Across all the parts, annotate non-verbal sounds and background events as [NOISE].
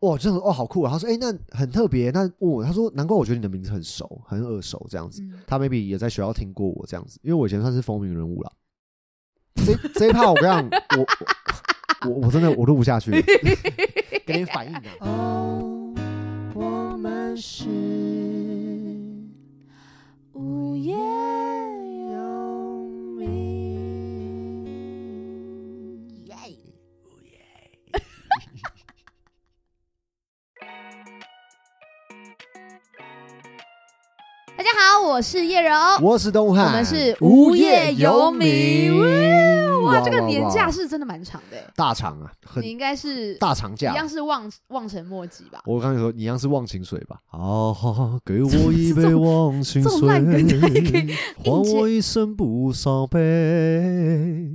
哇，真的哦，好酷啊！他说，哎、那很特别，那问我，他说，难怪我觉得你的名字很熟，很耳熟这样子。嗯他 maybe 也在学校听过我这样子，因为我以前算是风云人物啦。这这一趴我跟你讲，我我我我真的我录不下去了， [LAUGHS] 给你反应啊。哦，我们是无业游民。耶！大家好，我是叶柔。我是东汉，我们是无业游民哇，这个年假是真的蛮长的欸，大厂啊，很你应该是大长一假。样是望望尘莫及吧？我刚才说你一样是忘情水吧？好好哦给我一这杯种忘情这种烂梗还可水 [LAUGHS] 以，还我一生不伤悲。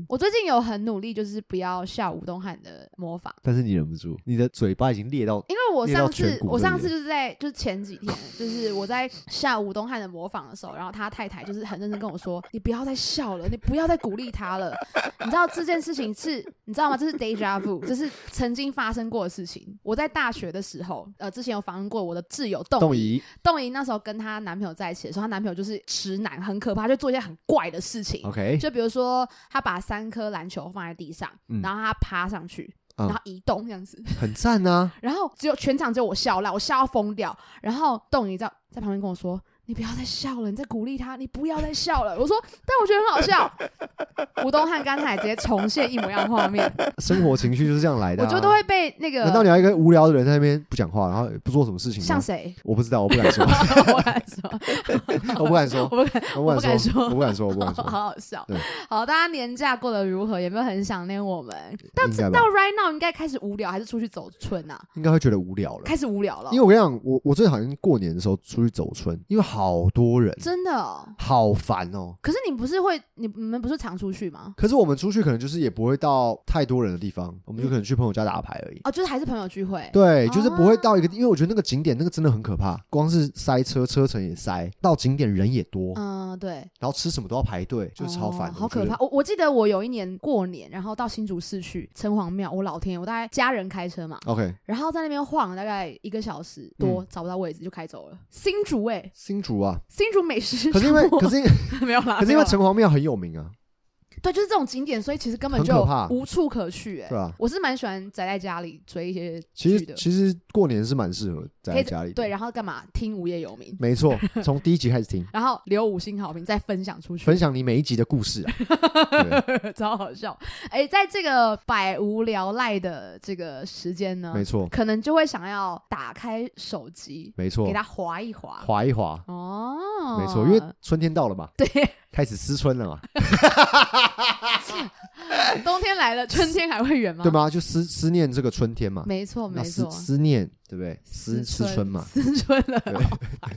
我最近有很努力，就是不要笑吴东汉的模仿，但是你忍不住，你的嘴巴已经裂到因为我练到上次颧骨我对不上次对就是在就是前几天，就是我在笑吴东汉的模仿的时候，然后他太太就是很认真跟我说：“你不要再笑了，你不要再鼓励他了。” [LAUGHS] 你知道这件事情是，你知道吗？这是 deja vu，这是曾经发生过的事情。我在大学的时候，呃，之前有访问过我的挚友动 [LAUGHS] 动仪。动怡那时候跟她男朋友在一起的时候，她男朋友就是直男，很可怕，他就做一些很怪的事情。 OK，就比如说，他把三颗篮球放在地上，嗯然后他爬上去，嗯然后移动这样子， [LAUGHS] 很赞啊！然后只有全场只有我笑啦，我笑到疯掉。然后动宇在在旁边跟我说：“你不要再笑了，你在鼓励他，你不要再笑了。”我说：“但我觉得很好笑。”吴东汉刚才直接重现一模一样的画面，生活情绪就是这样来的、我啊。就都会被那难道你个要一个无聊的人在那边不讲话，然后也不做什么事情像吗？谁？ [LAUGHS] 我不知道，我不敢 [LAUGHS] 说，我敢说，我不敢说，我不敢，我我不敢说我不敢说，我不敢好说，好笑对。好，大家年假过得如何？有没有很想念我们？应该吧到？right now 应该开始无聊，还是出去走村啊？应该会觉得无聊了。开始无聊了，因为我跟你讲，我我最讨厌过年的时候出去走村，因为好多人，真的哦。好烦哦。可是你不是会，你你们不是常出去吗？可是我们出去可能就是也不会到太多人的地方，我们嗯就可能去朋友家打牌而已。哦，就是还是朋友聚会。对，就是不会啊到一个，因为我觉得那个景点那个真的很可怕，光是塞车，车程也塞，到景点人也多，嗯，对，然后吃什么都要排队，就是超烦的、哦好我觉可得怕。我我记得我有一年过年，然后到新竹市去城隍庙，我老天爷，我大概家人开车嘛， OK，然后在那边晃了大概一个小时多，嗯找不到位置就开走了。新竹哎、新竹 [LAUGHS] 啊，新啊竹美食可是因为沙漠可是因没有啦，可是因为没有啦城隍庙很有名啊，对，就是这种景点，所以其实根本很可就怕无处可去哎、对吧、我是蛮喜欢宅在家里追一些其剧实的，其实过年是蛮适合宅可在以家里的，对，然后干嘛听午夜游民，没 [LAUGHS] 错，从第一集开始听，然后留五星好评再分享出去，分享你每一集的故事啊。对 [LAUGHS] 超好笑。哎、在这个百无聊赖的这个时间呢，没错，可能就会想要打开手机，没错给，它划一划。划一划，哦，没错，因为春天到了嘛，对，开始思春了嘛，冬天来了，春天还会远吗？对？吗？就思思念这个春天嘛，没错，没那思错。思念，对不对？思思思，春嘛思春了对，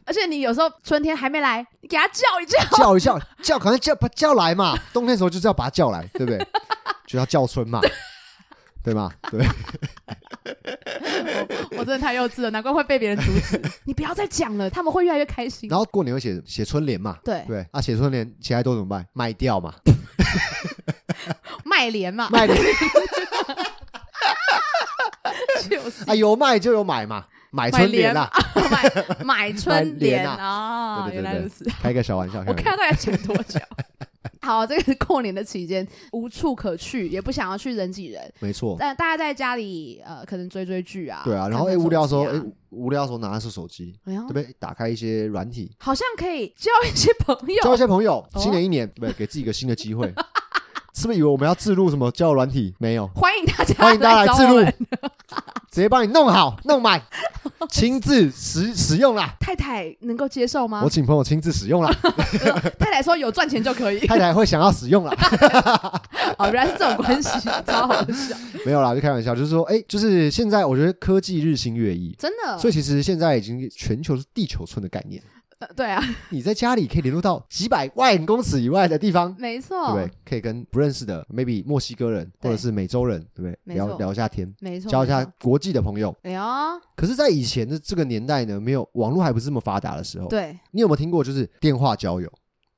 而且你有时候春天还没来，你给它叫一叫，叫一叫，叫，赶快叫，把叫来嘛，冬天的时候就是要把它叫来，对不对？就要叫春嘛，对吗？对， [LAUGHS] 我真的太幼稚了，难怪会被别人阻止。 [LAUGHS] 你不要再讲了，他们会越来越开心。然后过年会写写春联嘛，对，对，啊，写春联，其他都怎么办？卖掉嘛，卖莲嘛，卖联就是啊，有卖就有买嘛，买春联啦， [LAUGHS] [LAUGHS] 啊买买春联买莲啊，对原对对来如此。开个小玩笑，开我个玩看笑到大概讲多 [LAUGHS] 久？好，这个是过年的期间无处可去，也不想要去人挤人，没错，但大家在家里呃，可能追追剧啊，哦对啊，然看后看哎无聊的时候，手机哎啊无聊的时候拿的是手机，哎呦对不对？打开一些软体，好像可以交一些朋 [LAUGHS] 交一友，些朋友，新的一年，对不对？给自己一个新的机会， [LAUGHS] 是不是以为我们要自录什么交友软体？没 [LAUGHS] 有，欢迎大家欢迎大家来找自我录们。， [LAUGHS] 直接帮你弄好弄满， [LAUGHS] 亲自使使用啦。太太能够接受吗我？请朋友亲自使 [LAUGHS] 用啦，太太说有赚钱就可以，太太会想要使用啦。 [LAUGHS] [LAUGHS] 哦，原来是这种关系，超好笑，没有啦，就开玩笑，就是说，哎，就是现在我觉得科技日新月异，真的。所以其实现在已经全球是地球村的概念，呃对啊， [LAUGHS] 你在家里可以联络到几百万公尺以外的地方。没对错，不对？可以跟不认识的，maybe 墨西哥人哦对或者是美洲人，对不对？没聊错聊一下天，没错，交一下哦没错。国际的朋友。哎呦，可是，在以前的这个年代呢，没有网络还不是这么发达的时候，对，你有没有听过就是电话交友，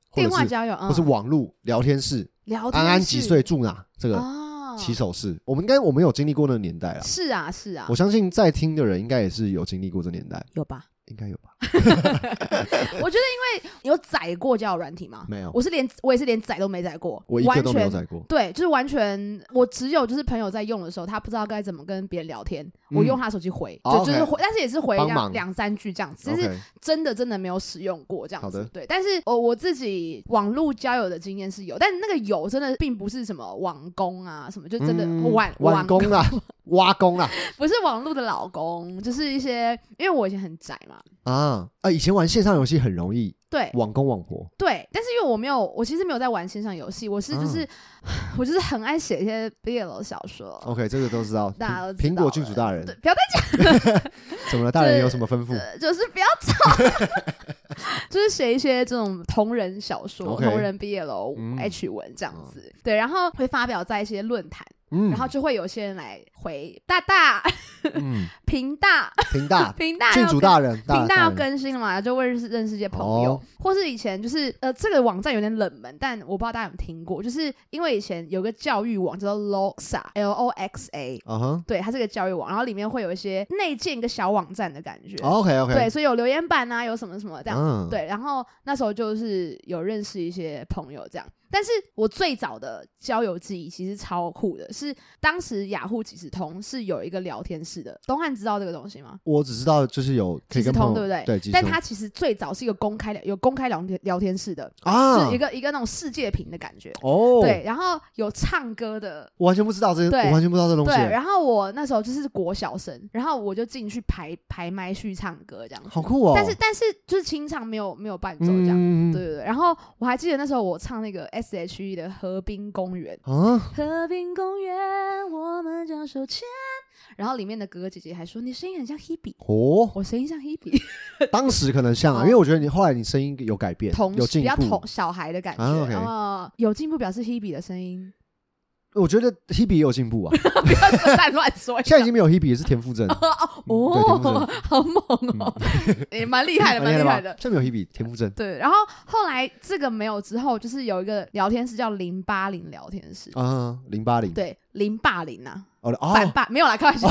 或者电是话交友，或是嗯网络聊天室，聊天安安室几岁住哪这个？哦，哦，起手式。我们应该我们有经历过那个年代啦，是啊是啊我，相信在听的人应该也是有经历过这年代，有吧？应该有吧？我觉得因为你有载过交友软体吗？没有我是连我也是连载都没载过，哦我一个完都没有全载过。对，就是完全，我只有就是朋友在用的时候，他不知道该怎么跟别人聊天，嗯我用他手机回，哦就就是，OK 回，但是也是回帮两忙两三句这样子，就是 OK，真的真的没有使用过这样好子的。对，但是呃我我自己网络交友的经验是有，但那个有真的并不是什么网工啊什么，就真的嗯网晚工啦， [LAUGHS] 挖工啊啦不是网络的老公，就是一些因为我以前很宅嘛，啊啊！以前玩线上游戏很容易，对网工网婆对，但是因为我没有，我其实没有在玩线上游戏，我嗯是就是、 [SIGHS] 我就是很爱写一些 BL 小说。 ，OK，这个都知道。大家都苹知道苹果郡主大人对，不要再怎么了？大人有什么吩咐？呃，就是不要吵， [LAUGHS] 就是写一些这种同人小说、 OK 同人 BL、嗯 H 文这样子，对，然后会发表在一些论坛，嗯然后就会有些人来回大大、 [LAUGHS] 嗯，平大、平大平大郡要主跟大人，平大大要人更新了嘛，就会认识认识一些朋友，哦或是以前就是呃，这个网站有点冷门，但我不知道大家有没有听过，就是因为以前有个教育网叫做 Loxa L O X A，啊哈对，它是个教育网，然后里面会有一些内建一个小网站的感觉， ，OK 哦 OK，对，，所以有留言板啊，有什么什么这样，嗯，对，然后那时候就是有认识一些朋友这样，但是我最早的交友记忆其实超酷的，是当时雅虎即时通是有一个聊天室的，东汉知道这个东西吗？我只知道就是有可即以时跟朋通友对不对？对，即时但通它其实最早是一个公开聊有公开聊天聊天室的，啊就是一个一个那种世界屏的感觉。哦，对，然后有唱歌的，我完全不知道这，对我完全不知道这东西对，，然后我那时候就是国小生，然后我就进去排排麦序唱歌这样子。好酷哦。但是但是就是清唱没有没有伴奏这样，嗯，对对对，然后我还记得那时候我唱那个 S H E 的《河滨公园》，啊，河滨公园，我们将手牵。然后里面的哥哥姐姐还说你声音很像 Hebe，哦，我声音像 Hebe，当时可能像啊，因为我觉得你后来你声音有改变，同有比进较步同。小孩的感觉，啊，OK 哦有进步表示 Hebe 的声音，我觉得 Hebe 也有进步啊，不要乱乱说。现在已经没有 Hebe，也是田馥甄，嗯哦对田馥哦甄，好猛哦，嗯也蛮厉 [LAUGHS] 害的，蛮厉害吧？的。现在啊没有 Hebe，田馥甄对，然后后来这个没有之后，就是有一个聊天室叫零八零聊天室，啊，零八零，对，零霸凌啊，哦哦，反霸没有啦，开玩笑，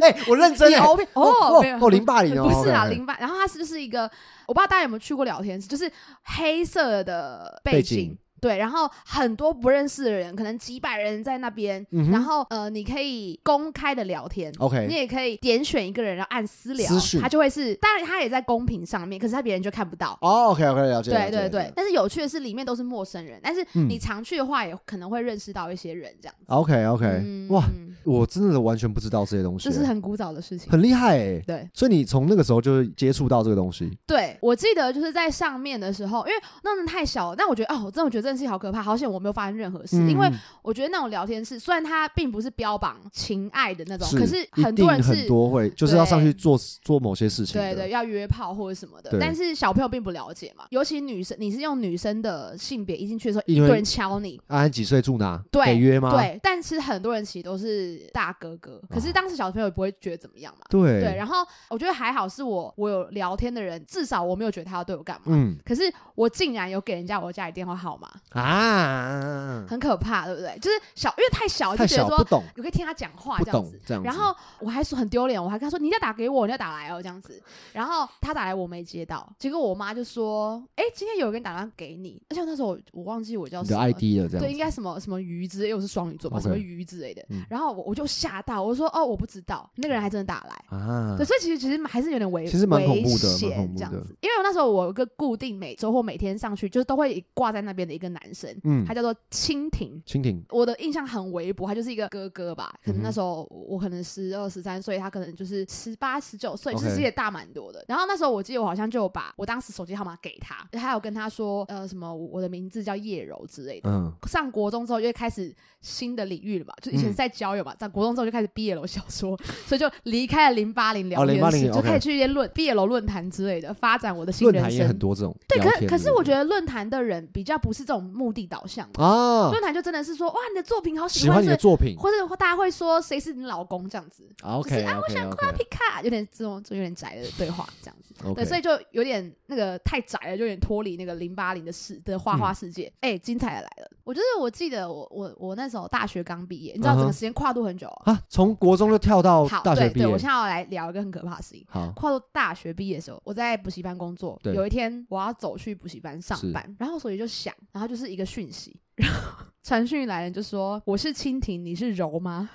哎，我认真你哎，哦哦没有哦，零八零哦，不是啊， OK，OK 零八。然后它是就是一个，我不知道大家有没有去过聊天室，就是黑色的背景，景对，然后很多不认识的人，可能几百人在那边，嗯哼然后呃，你可以公开的聊天。你，OK，也可以点选一个人，然后按私聊私，讯他就会是，当然他也在公屏上面，可是他别人就看不到。哦，OK OK，了解，了对解对了对解，但是有趣的是里面都是陌生人，但是啊嗯你常去的话，也可能会认识到一些人这样。 ，OK OK，嗯哎哇，，我真的完全不知道这些东西这，是很古早的事情。 [LAUGHS] 很厉害哎。对，所以你从那个时候就是接触到这个东西，对，我记得就是在上面的时候，因为那真的太小了，但我觉得哦，我真的觉得这件事情好可怕，好险我没有发生任何事，因为嗯我觉得那种聊天室虽然它并不是标榜情爱的那种，是可是一很定多人很是。多会就是要上去对做做某些事情的，对对，要约炮或者什么的对，但是小朋友并不了解嘛，尤其女生，你是用女生的性别一进去的时候，因一为堆人敲你，啊，你几岁住哪？对得约吗？对，但其实很多人其实都是大哥哥，可是当时小朋友也不会觉得怎么样嘛，对对，然后我觉得还好是我我有聊天的人，至少我没有觉得他要对我干嘛，嗯可是我竟然有给人家我家里电话号码，啊，很可怕，对不对？就是小，因为太小，太就觉小得不说懂我可以听他讲话不这样懂子。这样子，然后我还说很丢脸，我还跟他说你一定要打给我，你要打来哦这样子。然后他打来我没接到，结果我妈就说：“哎，今天有人打电话给你。”而且那时候我我忘记我叫你什的么 ID 了这对，样应子，该什么什么鱼之类，因为我是双鱼座嘛 OK 什么鱼之类的。嗯然后我我就吓到，我说：“哦，我不知道。”那个人还真的打来。啊对，，所以其实其实还是有点危，其实蛮恐怖的危险蛮恐怖的这样子。因为我那时候我有一个固定每周或每天上去，就是都会挂在那边的一个男生，嗯他，叫做蜻蜓。蜻蜓我的印象很微薄，他就是一个哥哥吧，可能嗯哼那时候我可能十二十三岁，他可能就是十八十九岁，其 OK 实也大蛮多的。然后那时候我记得我好像就有把我当时手机号码给他，还有跟他说呃什么我的名字叫叶柔之类的。嗯上国中之后，又开始新的领域了嘛，就以前嗯是在交友嘛，嘛，在国中之后就开始 BL 小说，所以就离开了零八零聊天080室，就 OK 开始去一些论 BL 论坛之类的，发展我的新论人坛也很生。多这种对，聊可天可的是我觉得论坛的人比较不是这种目的导向的，啊，论坛就真的是说哇你的作品好喜欢，欢你的作品所以或者大家会说谁是你老公这样子，就是，OK 啊 OK 皮 OK 卡有点这种就有点宅的对话这样子。对，所 OK，以就有点那个太窄了，就有点脱离那个零八零的世的画嗯画世界。哎、精彩的来了！我就是我记得我我我那时候大学刚毕业，你知道嗯哼整个时间跨度很久哦、啊，从国中就跳到好，大学对毕对，我业现，在要来聊一个很可怕的事情。 [LAUGHS] 好，跨度大学毕业的时候，我在补习班工作。对有一天我要走去补习班上班，然后所以就想，然后就是一个讯息，然后 [LAUGHS] 传讯来人就说：“我是蜻蜓，你是柔吗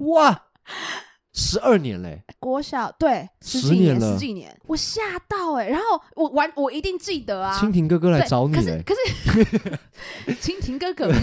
哇，十二年嘞，？”国小对，十十几年年，了十几年，我吓到哎、然后我完，我一定记得啊。蜻蜓哥哥来对，找你欸可是嘞，[LAUGHS] 可是蜻蜓哥哥，嗯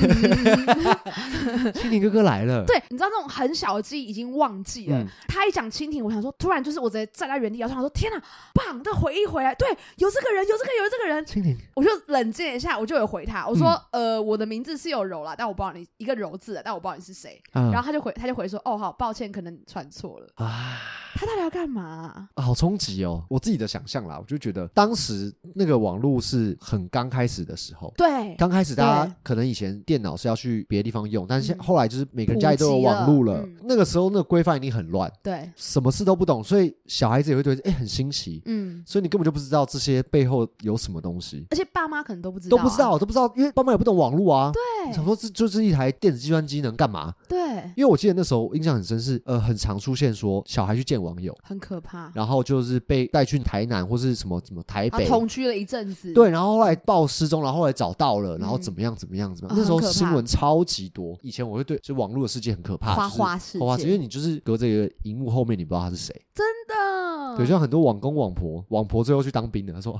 蜻蜓哥哥来了，对，你知道那种很小的记忆已经忘记了。嗯他一讲蜻蜓，我想说，突然就是我直接站在原地，然后想说，天哪，棒！这回忆回来，对，有这个人，有这个人，有这个人，蜻蜓我就冷静一下，我就有回他，我说，嗯呃，我的名字是有柔啦，但我不知道你一个柔字，但我不知道你是谁。然啊后他就回，他就回说，哦，好，抱歉，可能传错了。啊。他到底要干嘛啊？啊，好冲击哦！我自己的想象啦，我就觉得当时那个网络是很刚开始的时候，对，刚开始大对家可能以前电脑是要去别的地方用，但是嗯后来就是每个人普家里都有及网络了了嗯，那个时候那个规范一定很乱，对，什么事都不懂，所以小孩子也会觉得哎很新奇，嗯，所以你根本就不知道这些背后有什么东西，而且爸妈可能都不知道都啊、不知道，都不知道，因为爸妈也不懂网络啊。想对，说这就是一台电子计算机能干嘛？对，因为我记得那时候印象很深是，呃，很常出现说小孩去见网友，很可怕。然后就是被带去台南或是什么什么台他北，同居了一阵子，对，然后后来报失踪，然后后来找到了，然后嗯怎么样怎么样怎么样？啊那时候很可怕新闻超级多。以前我会对就网络的世界很可怕，花就是花世花花世界，因界为你就是隔着一个荧幕后面，你不知道他是谁。真的，对，就像很多网工网婆，网婆最后去当兵的，他说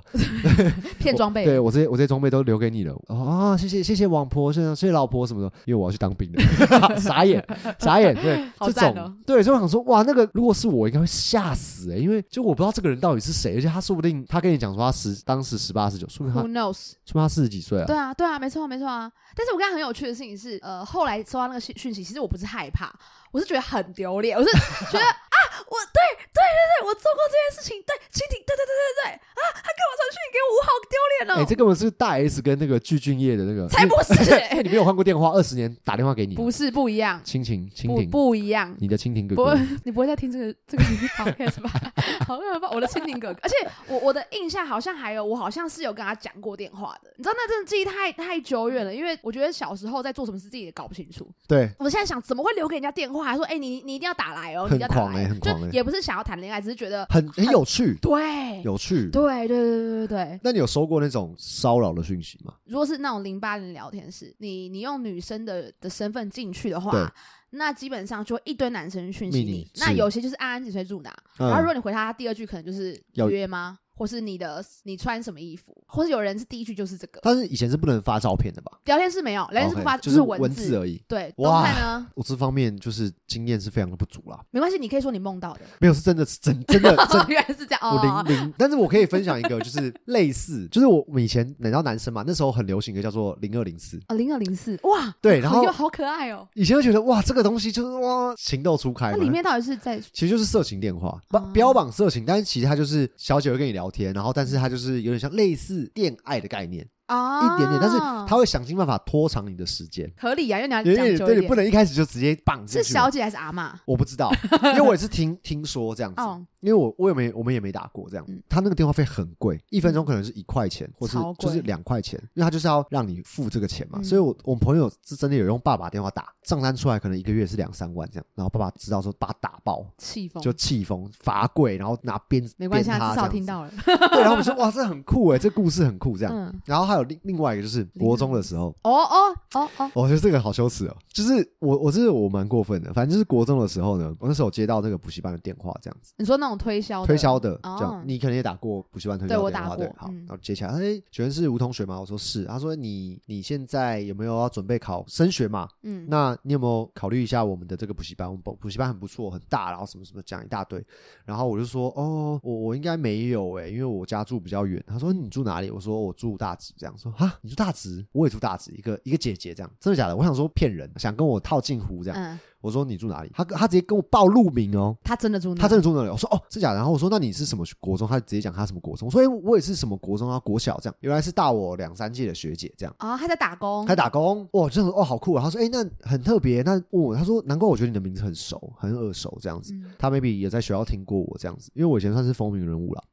骗装备，对我这些我这些装备都留给你了哦啊，谢谢谢谢网婆，谢谢谢谢老婆什么的，因为我要去当兵的， [LAUGHS] 傻眼傻眼， [LAUGHS] 对，好这赞种、哦对，所以我想说哇，那个如果是我，应该会吓死哎、因为就我不知道这个人到底是谁，而且他说不定他跟你讲说他十当时十八十九，说明他 Who knows？说明他四十几岁啊，对啊，对啊，没错，没错啊。但是我刚才很有趣的事情是，呃，后来收到那个讯讯息，其实我不是害怕，我是觉得很丢脸，[LAUGHS] 我是觉得啊，我对对对对，我做过这件事情，对，蜻蜓，对对对对对，啊，他给我传讯息给我，我好丢脸哎、哦，这根本是大 S 跟那个具俊晔的那个，才不 [LAUGHS] 是、欸哎、你没有换过电话，二十年打电话给你，不是不一样，蜻蜓蜻不蜓，不一样。你的蜻蜓哥不哥，，你不会再听这个这个 podcast 吧？ [LAUGHS] 好可怕！我的蜻蜓哥哥，而且我我的印象好像还有，我好像是有跟他讲过电话的。你知道那阵记忆太太久远了，因为我觉得小时候在做什么事自己也搞不清楚。 [LAUGHS] 对，我现在想，怎么会留给人家电话？还说，哎、你你一定要打来哦，你很一定要打狂来欸哦，很狂欸就也不是想要谈恋爱，只是觉得很很有趣，对，有趣。对对对对对对。那你有收过那种骚扰的讯息吗？如果是那种零八零聊天室，你你用女生的的身份进去的对话，那基本上就一堆男生讯息密你。你那是有些就是安安紧随住拿，嗯然后如果你回他第二句，可能就是要约吗？或是你的你穿什么衣服？或是有人是第一句就是这个。但是以前是不能发照片的吧？哦聊天室没有，聊天室 OK，发就是文字。而已。对，动哇态呢我这方面就是经验是非常的不足啦，没关系，你可以说你 [LAUGHS] 梦到的。没有是真的是真真的真哦，原来是这样 [LAUGHS] 哦。我零零，但是我可以分享一个，就是类似，就是我我们以前奶到男生嘛，那时候很流行一个叫做零二零四，啊，零二零四，哇，对，然后又好可爱哦。以前就觉得哇，这个东西就是哇情窦初开那嘛，里面到底是在其实就是色情电话，标哦标榜色情，但是其实它就是小姐会跟你聊天，然后但是它就是有点像类似恋爱的概念，啊一点点，但是他会想尽办法拖长你的时间，合理啊，因为你要有讲点究对一你不点。能一开始就直接绑进是去。小姐还是阿嬷？我不知道，因为我也是听听说这样子，哦因为我我也没我们也没打过这样嗯。他那个电话费很贵，一分钟可能是一块钱，或是超贵就是两块钱，因为他就是要让你付这个钱嘛。嗯所以我我朋友是真的有用爸爸电话打账单出来，可能一个月是两三万这样，然后爸爸知道说把他打爆，气疯，就气疯罚跪，然后拿鞭子没关系，鞭他这啊，至少样子听。到了。对，然后我们说哇，这很酷哎，这故事很酷这样。嗯，然后还有另另外一个就是国中的时候，哦哦哦哦，我觉得这个好羞耻哦。就是我，我这我蛮过分的。反正就是国中的时候呢，我那时候接到那个补习班的电话，这样子你说那种推销的推销的，哦这样你可能也打过补习班推对销我电话打对过好，嗯然后接起来，哎，请问是吴同学吗？我说是。他说你你现在有没有要准备考升学嘛？嗯，那你有没有考虑一下我们的这个补习班？我们补补习班很不错，很大，然后什么什么讲一大堆。然后我就说，哦，我我应该没有诶、因为我家住比较远。他说你住哪里？我说我住大直这样。讲说啊，你住大直，我也住大直，一个一个姐姐这样，真的假的？我想说骗人，想跟我套近乎这样。嗯，我说你住哪里？他他直接跟我报路名哦，他真的住那，他真的住那里。我说哦，是假的。然后我说那你是什么国中？他直接讲他什么国中。我说哎、我也是什么国中啊，国小这样。原来是大我两三届的学姐这样。哦，他在打工，他打工，哇，这种哦好酷啊！他说，哎、那很特别，那问我，他说，难怪我觉得你的名字很熟，很耳熟这样子。嗯他 maybe 也在学校听过我这样子，因为我以前算是风云人物啦。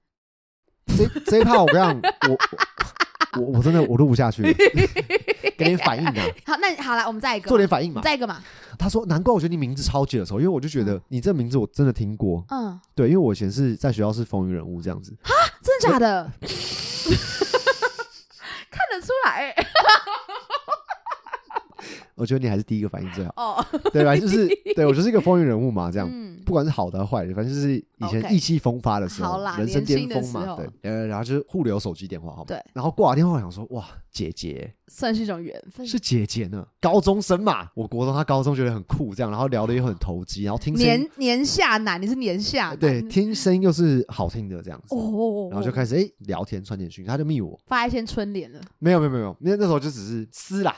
这这一趴我跟你讲，我我我我真的我录不下去 [LAUGHS] 了，给点反应啊，好，那好了，我们再一个，做点反应嘛。再一个嘛，他说，难怪我觉得你名字超级耳熟，因为我就觉得你这名字我真的听过，嗯，对，因为我以前是在学校是风云人物这样子。真的假的？ [LAUGHS] 看得出来欸，我觉得你还是第一个反应最好哦，对吧？就是对我就是一个风云人物嘛，这样。嗯，不管是好的还是坏的，反正就是以前 OK 意气风发的时好候，啦人生巅峰年轻的时嘛，候对，呃，然后就是互留手机电话号码，对，然后挂了电话，我想说，哇，姐姐算是一种缘分，是姐姐呢，高中生嘛，我国中，她高中觉得很酷，这样，然后聊的也很投机，然后听声音，年年下男，你是年下男，对，听声音又是好听的这样子，哦，然后就开始哎聊天传简讯，她就密我，发一些春联了，没有没有没有，那那时候就只是撕 [LAUGHS] 啦，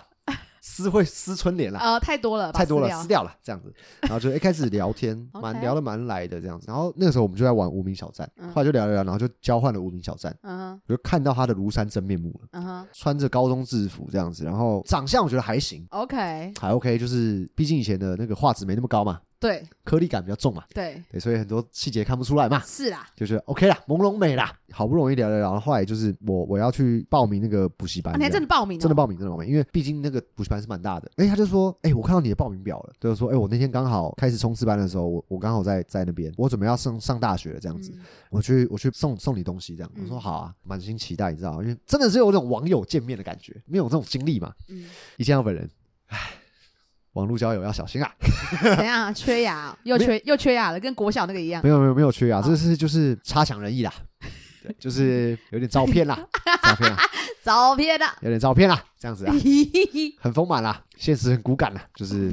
撕会撕春联啦。呃，太多了吧，太多了，私撕聊掉了这 [LAUGHS] 样子，然后就一哎开始聊天，蛮 OK 聊得蛮来的这样子。然后那个时候我们就在玩无名小站，嗯后来就聊一聊，然后就交换了无名小站，嗯哼我就看到他的庐山真面目了，嗯哼穿着高中制服这样子，然后长相我觉得还行， ，OK，还 OK，就是毕竟以前的那个画质没那么高嘛，对颗粒感比较重嘛，对，对，所以很多细节看不出来嘛。是啦，就是 OK 啦，朦胧美啦，好不容易聊聊聊，然后后来就是我我要去报名那个补习班啊这你样，还真的报名，真的，报名，真的报名，因为毕竟那个补习班是蛮大的。哎、他就说，哎、我看到你的报名表了，就是说，哎、我那天刚好开始冲刺班的时候，我我刚好在在那边，我准备要上上大学了，这样子，嗯我去我去送送你东西，这样。嗯我说好啊，满心期待，你知道吗？因为真的是有那种网友见面的感觉，没有这种经历嘛，嗯，一见到本人，唉，网络交友要小心嗯啊！怎样 [LAUGHS] 啊？缺牙哦，又缺又缺牙了，跟国小那个一样 [LAUGHS] 没，有没有没有缺啊，好这是就是差强人意 [LAUGHS] 啦，对，就是有点照片啦，照片啦，啊照片的，有点照片啦，这样 [LAUGHS] 子啊，很丰满啦，现实很骨感啦，就是。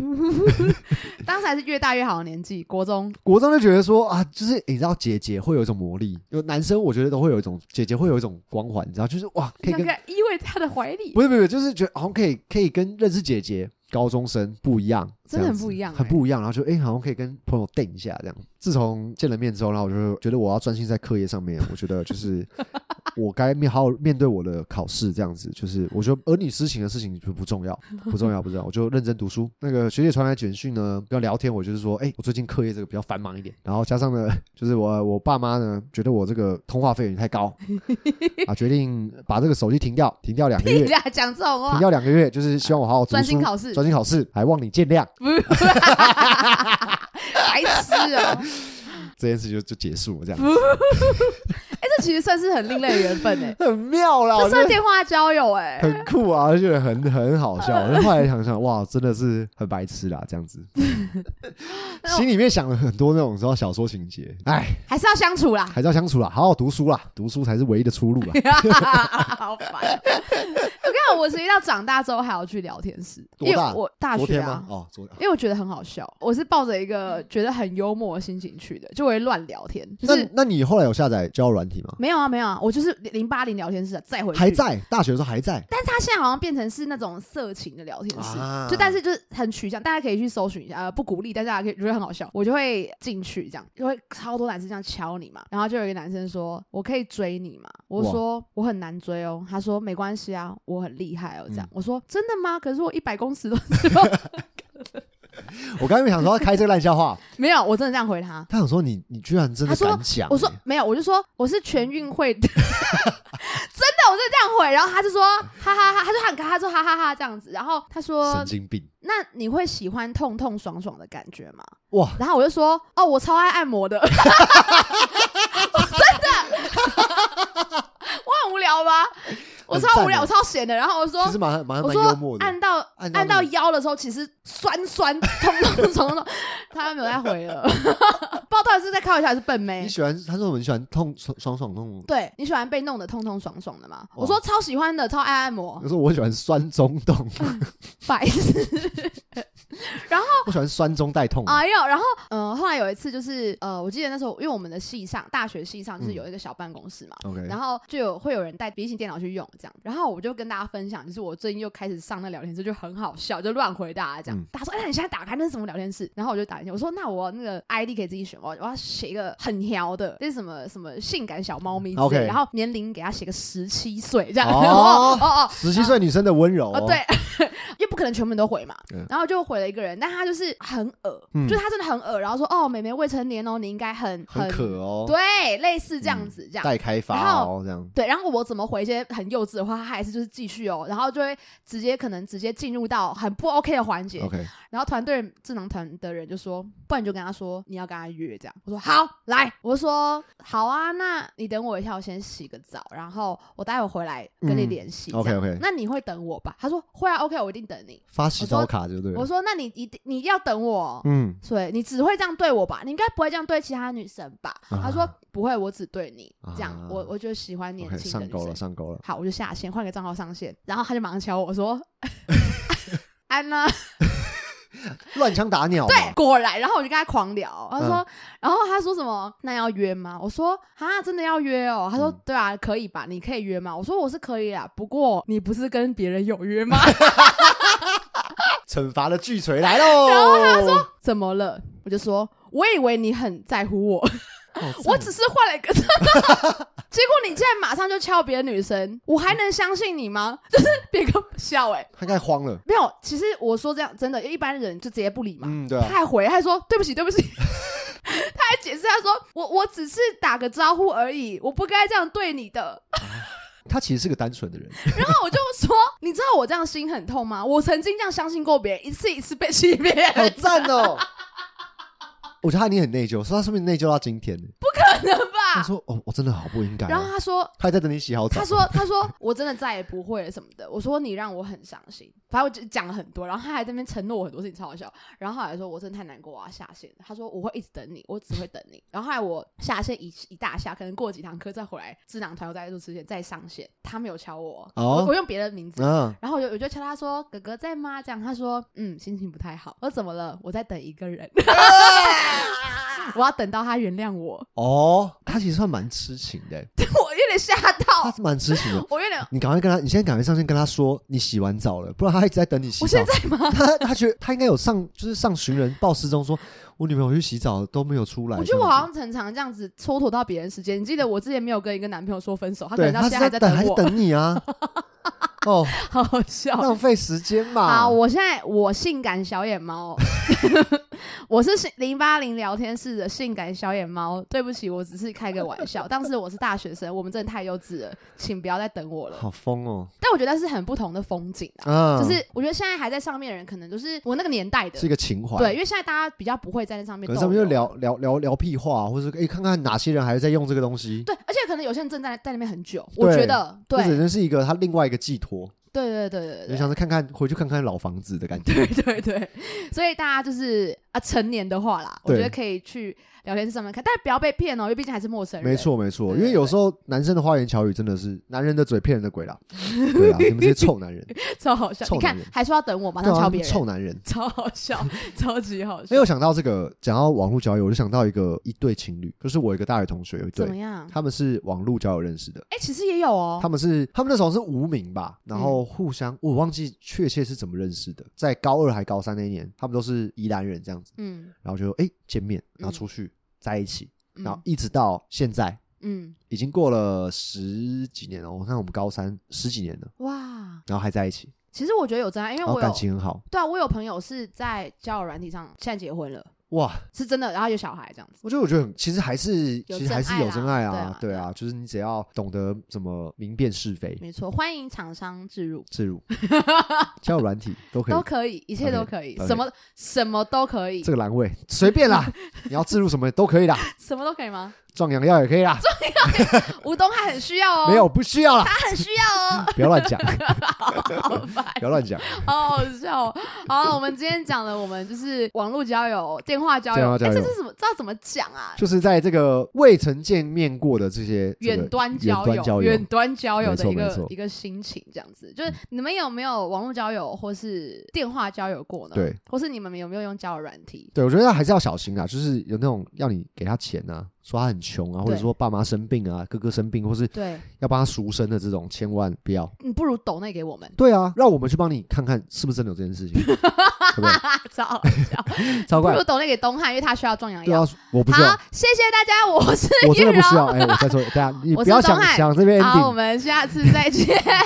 当时还是越大越好的年纪，国中，国中就觉得说啊，就是你知道姐姐会有一种魔力，有男生我觉得都会有一种姐姐会有一种光环，你知道，就是哇，可以想跟看依偎他的怀里， [LAUGHS] 不是不是，就是觉得好像可以可以跟认识姐姐高中生不一样，真的这很子不一样欸很不一样。然后就哎、好像可以跟朋友 [LAUGHS] 定一下这样。自从见了面之后，然后我就觉得我要专心在课业上面，我觉得就是我该面好好面对我的考试这样子。就是我觉得儿女私情的事情就不重 [LAUGHS] 要，不重要，不重要，我就认真读书。那个学姐传来简讯呢，跟她聊天，我就是说，哎、我哎最近课业这个比较繁忙一点，然后加上呢，就是我我爸妈呢觉得我这个通话费有点太高啊，决定把这个手机停掉，停掉两个月你。俩讲这种停话，掉两个月，就是希望我好好读书专心考试嗯专心考试，还望你见谅。白痴 [LAUGHS] 哦，这件事就就结束了，这样哎，这其实算是很另类的缘 [LAUGHS] 分哎，很妙啦，这我觉算得电话交友 [LAUGHS] 哎，很酷啊，而且很很好 [LAUGHS] 笑。然后后来想想，哇，真的是很白痴啦，这样子，心里面想了很多那种你知道小说情节，哎，还是要相 [LAUGHS] 处啦。还是要相处啦，好好读书啦，读书才是唯一的出路啦。好烦！我跟你讲，我实际到长大之后还要去聊天室，多因为大我 [LAUGHS] 大昨学天啊吗？，哦，昨天。因为我觉得很好笑，我是抱着一个觉得很幽默的心情去的，就我会乱聊天，就嗯那是那你后来有下载交友软体吗？没有啊，没有啊，我就是零八零聊天室、啊、再回去，还，在大学的时候还在但是他现在好像变成是那种色情的聊天室，啊就但是就是很取向，大家可以去搜寻一下，呃，不鼓励，但是大家可以觉得很好笑，我就会进去这样，就会超多男生这样敲你嘛，然后就有一个男生说：“我可以追你嘛？”我哇说：“我很难追哦。”他说：“没关系啊，我很厉害哦。”这样、嗯我说：“真的吗？可是我一百公尺都 [LAUGHS] 知道我刚才想说他开这个烂笑话，没有，我真的这样回他。”他想说你你居然真的他说敢讲欸，我说没有，我就说我是全运会的，真 [LAUGHS] 的，我就这样回。然后他就说哈哈哈，他就喊卡，他说哈哈哈这样子。然后他说神经病那你会喜欢痛痛爽爽的感觉吗？哇，然后我就说哦，我超爱按摩的，我 [LAUGHS] 真的，我很无聊吧？我很超赞无聊，欸我超闲的。然后我说其实蛮蛮我蛮说幽默的。按到按按到那到个腰的时候，其实酸酸痛痛痛痛， [LAUGHS] 他没有再回了，不 [LAUGHS] 知道到底是在开玩笑还是笨妹你。喜欢？他说我很喜欢痛爽爽爽痛。对你喜欢被弄得痛痛爽爽的吗？哇我说超喜 [LAUGHS] 哦欢的，超爱按摩哦我，说我喜欢酸中痛，白痴。然后我喜欢酸中带痛。哎呦，然后嗯、呃后来有一次就是呃，我记得那时候因为我们的系上大学系嗯上就是有一个小办公室嘛， OK，然后就有会有人带笔记型电脑去用这样，然后我就跟大家分享，就是我最近又开始上那聊天室，就很好笑，就乱回答这嗯样。大家说：“哎、那你现在打开那是什么聊天室？”然后我就打进去，我说：“那我那个 ID 可以自己选，我我要写一个很撩的，这是什么什么性感小猫咪之类嗯 OK 然后年龄给他写个十七岁这样。哦然后 [LAUGHS] 哦哦，十七岁女生的温柔、哦，对， [LAUGHS] 因为不可能全部人都回嘛，嗯然后就回了一个人，但他就是很恶，嗯就是他真的很恶，然后说哦，妹妹未成年哦，你应该很很可哦，对，类似这样嗯子，这样。待开发哦，这样。对，然后我怎么回一些很幼稚的话，他还是就是继续哦，然后就会直接可能直接进入到很不 OK 的环节， OK，然后团队智囊团的人就说，不然你就跟他说你要跟他约这样。我说好，来，我就说好啊，那你等我一下，我先洗个澡，然后我待会回来跟你嗯联系这样。 OK，OK 那你会等我吧？他说会啊，OK，我一定等你。发洗澡卡就对我了。说那你一定你一定要等我哦。嗯，所以你只会这样对我吧？你应该不会这样对其他女生吧？啊他说不会，我只对你、这样啊。我我就喜欢年 OK，轻的上女钩生了，。上钩了。好，我就下线，换个账号上线。然后他就马上敲 [LAUGHS] 我说：“安呢？乱枪打鸟嘛，对，果然。”然后我就跟他狂聊，他嗯说，然后他说什么？那要约吗？我说啊，真的要约哦。他说嗯对啊，可以吧？你可以约吗？我说我是可以啊，不过你不是跟别人有约吗？惩罚的巨锤 [LAUGHS] 来喽。然后他说，怎么了？我就说，我以为你很在乎 [LAUGHS] 我，哦我只是换 [LAUGHS] 了一个账号，结果你竟然马上就敲别的女生，我还能相信你吗？ [LAUGHS] 就是别个笑哎、欸，他应该慌了。没有，其实我说这样真的，一般人就直接不理嘛。嗯，对他啊，还回，他还说对不起，对不起。 [LAUGHS] 他还解释，他说我我只是打个招呼而已，我不该这样对你的。他其实是个单纯的 [LAUGHS] 人。然后我就说，你知道我这样心很痛吗？我曾经这样相信过别人，一次一次被欺骗，好赞哦！ [LAUGHS] 我觉得他一定很内疚，说他是不是内疚到今天呢？真的他吧？说：“哦，我真的好不应该哦。”然后他说，他还在等你洗好澡。他说：“ [LAUGHS] 他说我真的再也不会了什么的。”我说：“你让我很伤心。”反正我就讲了很多，然后他还在那边承诺我很多事情，超好笑。然后后来说：“我真的太难过，我要下线。”他说：“我会一直等你，我只会等你。”然后后来我下线一一大下，可能过几堂课再回来，智囊团又再度出现，再上线。他没有敲我，哦我我用别的名字。嗯，然后我就我就敲他说：“哥哥在吗？”这样他说：“嗯，心情不太好。”我说：“怎么了？我在等一个人， [LAUGHS] 我要等到他原谅我。 [LAUGHS] 哦，他其实算蛮痴情的，”欸我有点吓他到，是蛮痴情的。我有点，你赶快跟他，你现在赶快上线跟他说你洗完澡了，不然他一直在等你洗我澡现。在吗？他他觉得他应该有上，就是上寻人报失踪说，我女朋友去洗澡都没有出来。我觉得我这好样子像很常这样子蹉跎到别人时间。你记得我之前没有跟一个男朋友说分手，他可对，能到他现是还在在等，还是我，等你 [LAUGHS] 啊？哦，好 [LAUGHS] 好笑。浪费时间嘛好，。我现在我性感小野猫， [LAUGHS] 我是零八零聊天室的性感小野猫。对不起，我只是开个玩笑。当时我是大学生，我们真的太幼稚了，请不要再等我了。好疯哦，但我觉得是很不同的风景啊，啊，就是我觉得现在还在上面的人，可能就是我那个年代的是，一个情怀。对，因，为现在大家比较不会在那上面可逗能留，他们就聊聊聊聊屁话，或者哎，看看哪些人还在用这个东西。对，而且可能有些人正在在那边很久，我对觉得对这只能是一个他另外一个寄托，对对对对就对想是看看回去看看老房子的感觉。对 [LAUGHS] 对对对，所以大家就是啊，成年的话啦，我觉对得可以去聊天室上面看，但不要被骗哦，因为毕竟还是陌生人。没，错没错，对因为对有对时候男生的花言巧语真的是男人的嘴骗人的鬼 [LAUGHS] 啦，对啊，你们这些臭男人，超好笑。臭你看男人，还说要等我，马对上啊，敲你别们人，臭男人。 [LAUGHS] 超好笑，超级好哎，笑我。想到这个，讲到网络交友，我就想到一个一对情侣，就是我一个大学同学有一怎么对，样？他们是网络交友认识的，哎，其实也有哦他。们是他们那时候是无名吧，然后嗯互相我忘记确切是怎么认识的，在高二还高三那一年，他们都是宜兰人这样子，嗯然后就哎见面，然后嗯出去在一起，然后嗯一直到现在。嗯，已经过了十几年了，我哦看我们高三十几年了，哇，然后还在一起，其实我觉得有真爱，因为然后我感有情很好，对啊，我有朋友是在交友软体上现在结婚了，哇！是真的，然后有小孩这样子。我觉得我觉得很，其实还是有其实还是真爱有啦真爱啊，对对啊对啊就是你只要懂得怎么明辨是非，没错，欢迎厂商置入，自 [LAUGHS] 如，交友软体都可以都，可以，一切 OK，都可以， OK 什么什么都可以 [LAUGHS] 这，个栏位随便啦，你要自入什么都可以啦，什么都可以吗？壮阳药也可以啦，壮吴东汉很需要哦，没有，不需要啦，他很需要哦，不要乱讲， [LAUGHS] 好烦不要乱讲。好好笑、哦。好了，我们今天讲了，我们就是网络交友、电话交电友，话哎、交友这是怎么？这要怎么讲啊？就是在这个未曾见面过的这些这个远端远交端友，交远友，端交友没的错一没个错一个心情，这样子。就是你们有没有网络交友或是电话交友过呢？对，或是你们有没有用交友软体？对我觉得还是要小心啊，就是有那种要你给他钱啊，说他很穷啊，或者对说爸妈生病啊，哥哥生病，或是对，要帮他赎身的这种，千万不要。，你不如抖内给我们对啊，让我们去帮你看看是不是真的有这件事情，对不对？ [LAUGHS] 超好笑。超不怪如，抖内给东汉，因为他需要壮阳对药。啊，我不需要好，，谢谢大家，我是我玉真的不需要。柔。哎，我再说，大家你我不是要钟想汉想这边好，我 ending，们下次再见，哎哎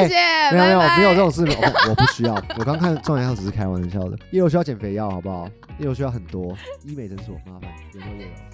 哎谢哎谢，没有没拜有拜。没有这种事，我我不需要。我刚看壮阳药只是开玩笑的，一楼需要减肥药，好不好？一楼需要很多医美诊所，麻烦联络叶柔。